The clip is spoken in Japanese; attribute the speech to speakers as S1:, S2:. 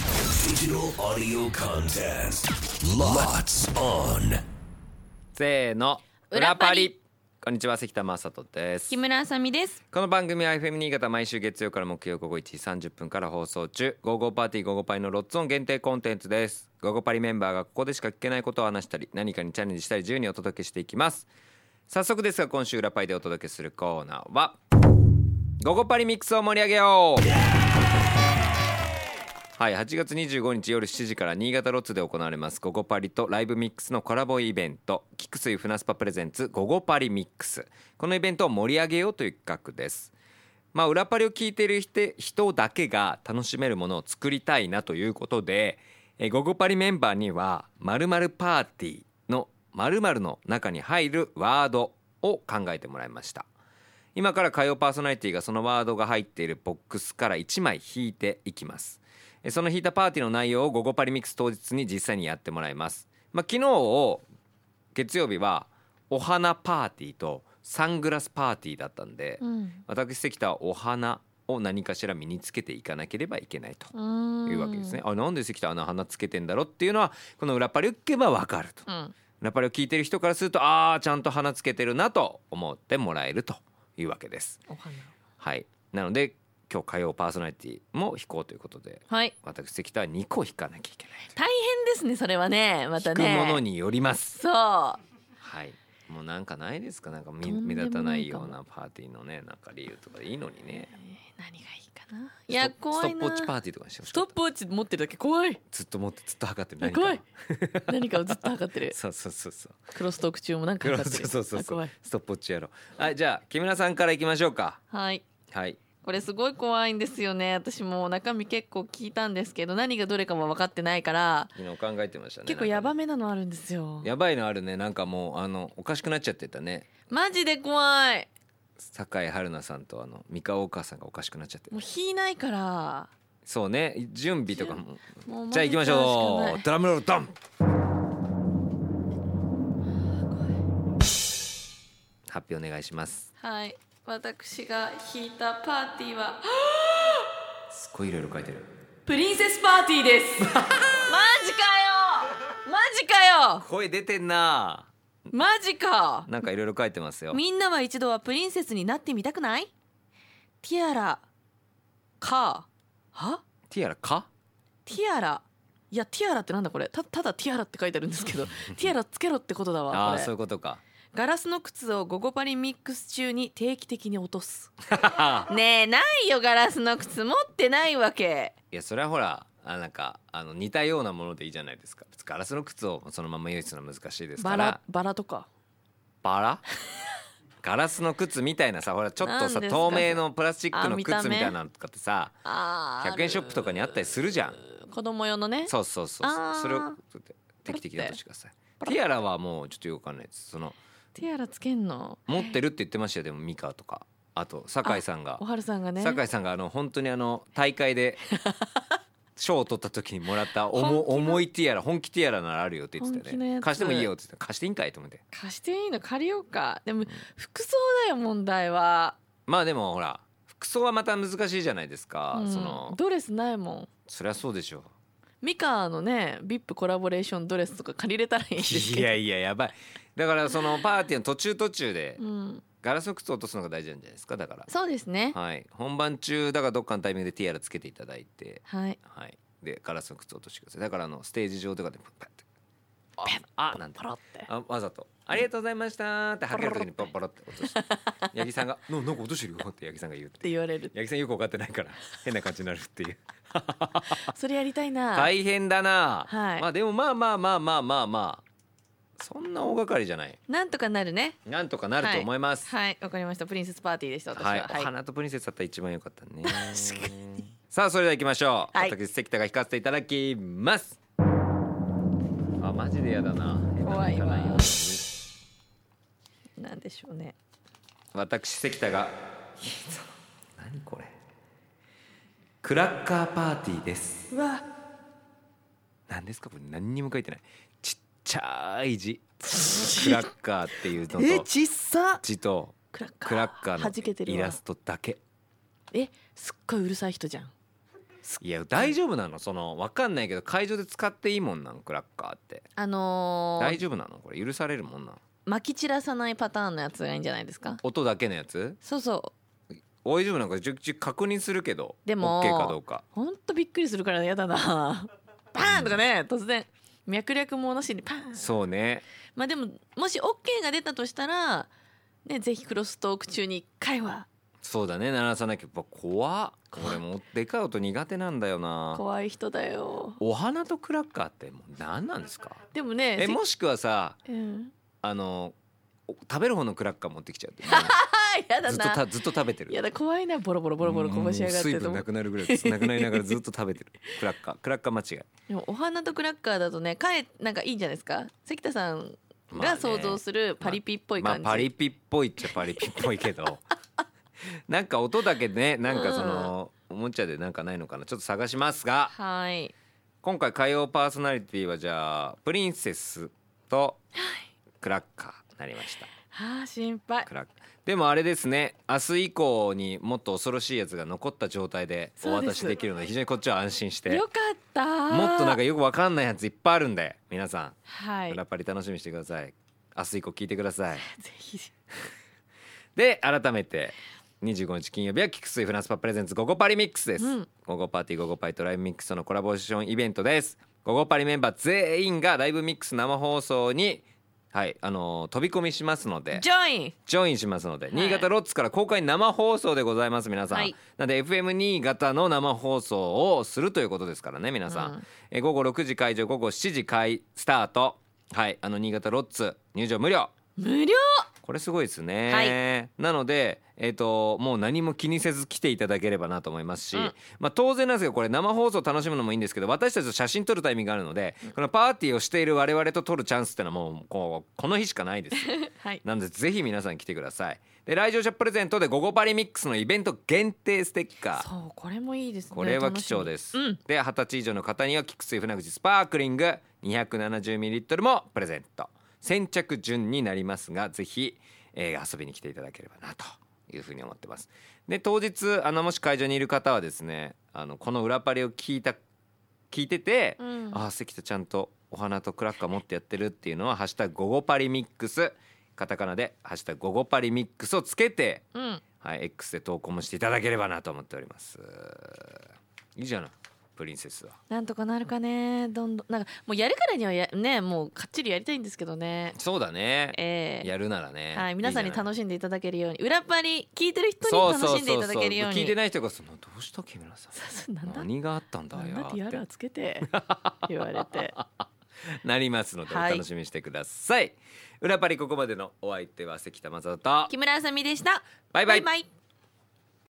S1: Digital audio contest. Lots on.
S2: せーの
S3: 裏パリ
S2: こんにちは関田正人です
S3: 木村あさみです
S2: この番組は FM 新潟毎週月曜から木曜午後1時30分から放送中「ゴーゴーパーティーゴーゴーパリ」のロッツオン限定コンテンツですゴーゴーパリメンバーがここでしか聞けないことを話したり何かにチャレンジしたり自由にお届けしていきます早速ですが今週裏パリでお届けするコーナーは「ゴーゴーパリミックスを盛り上げよう」はい、8月25日夜7時から新潟ロッツで行われます「ゴゴパリ」とライブミックスのコラボイベント「キクスイフナスパプレゼンツゴゴパリミックス」このイベントを盛り上げようという企画です。まあ、裏パリを聞いている人人だけが楽しめるものを作りたいなということで「えーゴゴパリ」メンバーには「まるパーティー」の「まるの中に入るワードを考えてもらいました。今から火曜パーソナリティがそのワードが入っているボックスから1枚引いていきますえその引いたパーティーの内容を「午後パリミックス」当日に実際にやってもらいます、まあ、昨日を月曜日はお花パーティーとサングラスパーティーだったんで、
S3: うん
S2: 私関田はお花を何かしら身につけていかなければいけないというわけですね、あなんで関田あの花つけてんだろうっていうのはこの裏パリを聞けばわかると
S3: うん
S2: ラッパリを聞いてる人からするとああちゃんと鼻つけてるなと思ってもらえるというわけです
S3: お花
S2: はいなので今日火曜パーソナリティも弾こうということで
S3: はい
S2: 私関田は2個弾かなきゃいけない
S3: 大変ですねそれはねまたね
S2: 弾くものによります
S3: そ
S2: はいもうなんかないですかなんかみ
S3: とん
S2: 目
S3: でもないかも
S2: 立たないようなパーティーのねなんか理由とかでいいのにね
S3: う何がいいかない
S2: い
S3: や怖
S2: ス
S3: い
S2: トップウォ
S3: な
S2: ッチパーティーとかにしてほし
S3: ス
S2: か
S3: ト
S2: っ
S3: ッ
S2: た
S3: プウォッチ持ってるだけ怖い
S2: ずっと持ってずっと測ってる何か
S3: 怖 い何かをずっと測ってる
S2: そうそうそうそう
S3: クロストーク中もなんか測ってる
S2: そうそうそう
S3: あ怖い
S2: ストップウォッチやろうはいじゃあ木村さんからいきましょうか
S3: はい
S2: はい
S3: これすごい怖いんですよね私も中身結構聞いたんですけど何がどれかも分かってないから
S2: 昨日考えてましたね
S3: 結構
S2: な
S3: ヤ
S2: んかね
S3: バめなのあるんですよ
S2: やばいのあるねなんかもうあのおかしくなっちゃってたね
S3: マジで怖い
S2: 酒井春菜さんとあの三河お母さんがおかしくなっちゃって
S3: もう引いないから
S2: そうね準備とかも
S3: もう
S2: じゃあ行きましょうドラムロールドン発表お願いします
S3: はい私が弾いたパーティーは
S2: すっごいいろいろ書いてる
S3: プリンセスパーティーです マジかよマジかよ
S2: 声出てんな
S3: マジか
S2: なんかいろいろ書いてますよ
S3: みんなは一度はプリンセスになってみたくないティアラかは
S2: ティアラか
S3: ティアラいやティアラってなんだこれたただティアラって書いてあるんですけど ティアラつけろってことだわ
S2: ああ
S3: こ
S2: ー
S3: れ
S2: そういうこと か
S3: ガラスの靴をゴゴパリミックス中に定期的に落とすねえないよガラスの靴持ってないわけ
S2: いやそれはほらあなんかあの似たようなものでいいじゃないですかガラスの靴をそのまま用意するのは難しいですか
S3: バ
S2: ら
S3: ラバラとか
S2: バラガラスの靴みたいなさほらちょっと
S3: な
S2: さ
S3: んですか
S2: 透明のプラスチック
S3: あ
S2: の
S3: 見た
S2: 靴
S3: 目
S2: みたいなのとかってさ
S3: あー
S2: 100円ショップとかにあったりするじゃん
S3: 子供用のね
S2: そうそうそう
S3: あー
S2: それをちょっと
S3: ポ
S2: 定
S3: ロ
S2: 期
S3: って
S2: 的に落としてくださいティアラはもうちょっとよくわかんないですその
S3: ティアラつけんの
S2: 持ってるって言ってましたよでもミカとかあと酒井さんが
S3: おはるさんがね
S2: 酒井さんがあの本当にあの大会 で賞を取った時にもらった重
S3: 本気の
S2: 重いティアラ本気ティアラならあるよって言ってた
S3: 本気
S2: よ
S3: のや
S2: ね
S3: つ
S2: 貸してもいいよって言って貸していいんかいと思って
S3: 貸していいの借りようかでも服装だよ問題は、
S2: まあでもほら服装はまた難しいじゃないですか、
S3: うん
S2: その
S3: ドレスないもん
S2: そりゃそうでしょ
S3: ミカのね VIP コラボレーションドレスとか借りれたらいいんです
S2: い
S3: けど
S2: やいややばいだからそのパーティーの途中途中で
S3: うん、
S2: ガラスの靴を落とすのが大事なんじゃないですかだから
S3: そうですね
S2: はい本番中だからどっかのタイミングでティアラつけていただいて
S3: はい
S2: はいでガラスの靴を落としてくださいだからあのステージ上とかでパッてああなんて
S3: パロって
S2: あわざと「ありがとうございました」ってはける時にポンポロって落として 八木さんが「ななんか落としてるよ」って八木さんが言うっ
S3: ってて言われる
S2: 八木さんよく分かってない から変な感じになるっていう
S3: それやりたいな、
S2: 大変だな、
S3: はい
S2: まあでもまあまあまあまあまあまあそんな大掛かりじゃない
S3: なんとかなるね
S2: なんとかなると思います
S3: はいわかりましたプリンセスパーティーでした私は
S2: はい、お花とプリンセスだったら一番良かったね さあそれでは行きましょう、
S3: はい
S2: 私関田が引かせていただきますあマジでやだな
S3: 怖い
S2: 下手な弾かな
S3: わ
S2: いように
S3: なんでしょうね
S2: 私関田が何これクラッカーパーティーです
S3: うわ
S2: 何ですかこれ何にも書いてないちっちゃい字クラッカーっていうのと
S3: ちっさ
S2: 字と
S3: クラッカー
S2: クラッカー
S3: 弾けて
S2: の
S3: るわ
S2: イラストだけ
S3: えすっごいうるさい人じゃん
S2: いや大丈夫なのそのわかんないけど会場で使っていいもんなんクラッカーって
S3: あの
S2: 大
S3: ー、
S2: 丈夫なのこれ許されるもんなの
S3: まき散らさないパターンのやつがいいんじゃないですか
S2: 音だけのやつ
S3: そうそう
S2: 大丈夫なんかちょちょ確認するけど
S3: でも
S2: OK かどうか
S3: ほんとびっくりするからやだな バーンとかね突然脈略もなしにパーン
S2: そうね
S3: まあでももし OK が出たとしたらねぜひクロストーク中に1回は
S2: そうだね鳴らさなきゃやっぱ怖っこれもうでかい音苦手なんだよな
S3: 怖い人だよ
S2: お花とクラッカーってもう何なんですか
S3: でもね
S2: え
S3: せ
S2: もしくはさ
S3: うん、
S2: あのお食べる方のクラッカー持ってき ちゃって
S3: あやだ
S2: ずっとた
S3: な
S2: ずっと食べてる
S3: やだ怖いなボロボロボロボロこぼし上がって
S2: もう水
S3: と
S2: 分な
S3: 思う
S2: くなるぐらいですなくなりながらずっと食べてるクラッカークラッカー間違い
S3: でもお花とクラッカーだとねかえなんかいいんじゃないですか関田さん
S2: まあ
S3: が
S2: ね
S3: 想像するパリピっぽい
S2: まあ
S3: 感じ、
S2: パリピっぽいっちゃパリピっぽいけ どなんか音だけねなんかその、おもちゃでなんかないのかなちょっと探しますが
S3: はい
S2: 今回火曜パーソナリティはじゃあプリンセスとクラッカーになりました
S3: はあ心配
S2: クラッカーでもあれですね明日以降にもっと恐ろしいやつが残った状態でお
S3: そう
S2: 渡
S3: です
S2: しできるので非常にこっちは安心して
S3: よかった
S2: もっとなんかよくわかんないやついっぱいあるんで皆さん
S3: はい
S2: や
S3: ぜ
S2: っぱり楽しみにしてください明日以降聞いてください
S3: ひ
S2: で改めて25日金曜日はキクスイフランスパプレゼンツゴゴパリミックスです、
S3: うん
S2: ゴゴパーティーゴゴパイとライブミックスとのコラボレーションイベントですゴゴパリメンバー全員がライブミックス生放送にはいあのー飛び込みしますので
S3: ジョイン
S2: ジョインしますので、新潟ロッツから公開生放送でございます皆さん、
S3: はい
S2: なので FM 新潟の生放送をするということですからね皆さん、
S3: うん
S2: え午後6時会場午後7時開スタートはいあの新潟ロッツ入場無料
S3: 無料
S2: これすごいですね、なので、えっともう何も気にせず来ていただければなと思いますし、
S3: うん
S2: まあ、当然なんですけどこれ生放送楽しむのもいいんですけど私たちと写真撮るタイミングがあるので、このパーティーをしている我々と撮るチャンスってのはもうこうこの日しかない ですよ
S3: はい
S2: なのでぜひ皆さん来てくださいで来場者プレゼントで「ゴゴパリミックス」のイベント限定ステッカー
S3: そうこれもいいですね
S2: これは貴重ですす、
S3: うん
S2: で二十歳以上の方には菊水船口スパークリング 270ml もプレゼント先着順になりますがぜひ、えー遊びに来ていただければなというふうに思ってますで当日あのもし会場にいる方はですねあのこの裏パリを聞いた聞いてて、
S3: うん
S2: ああ関田ちゃんとお花とクラッカー持ってやってるっていうのは「ハッシュタグゴゴパリミックス」カタカナで「ハッシュタグゴゴパリミックス」をつけて、
S3: うん
S2: はい、X で投稿もしていただければなと思っておりますいいじゃないプリンセスは
S3: なんとかなるかねどんどんなんかもうやるからにはやねもうかっちりやりたいんですけどね
S2: そうだね、
S3: ええ
S2: やるならね
S3: はい、皆さんに楽しんでいただけるように裏パリ聞いてる人
S2: そう
S3: に楽しんでいただけるよ
S2: そうそうそう
S3: う
S2: 聞いて
S3: に
S2: ない人がそのどうした木村さん
S3: そうそうなんだ
S2: 何があったんだ
S3: なん
S2: よ
S3: だってや
S2: って
S3: らつけて言わ れて
S2: なりますのでお
S3: はい
S2: 楽しみにしてください、裏パリここまでのお相手は関田正人
S3: 木村あさみでした
S2: バイバイ
S3: バイバイ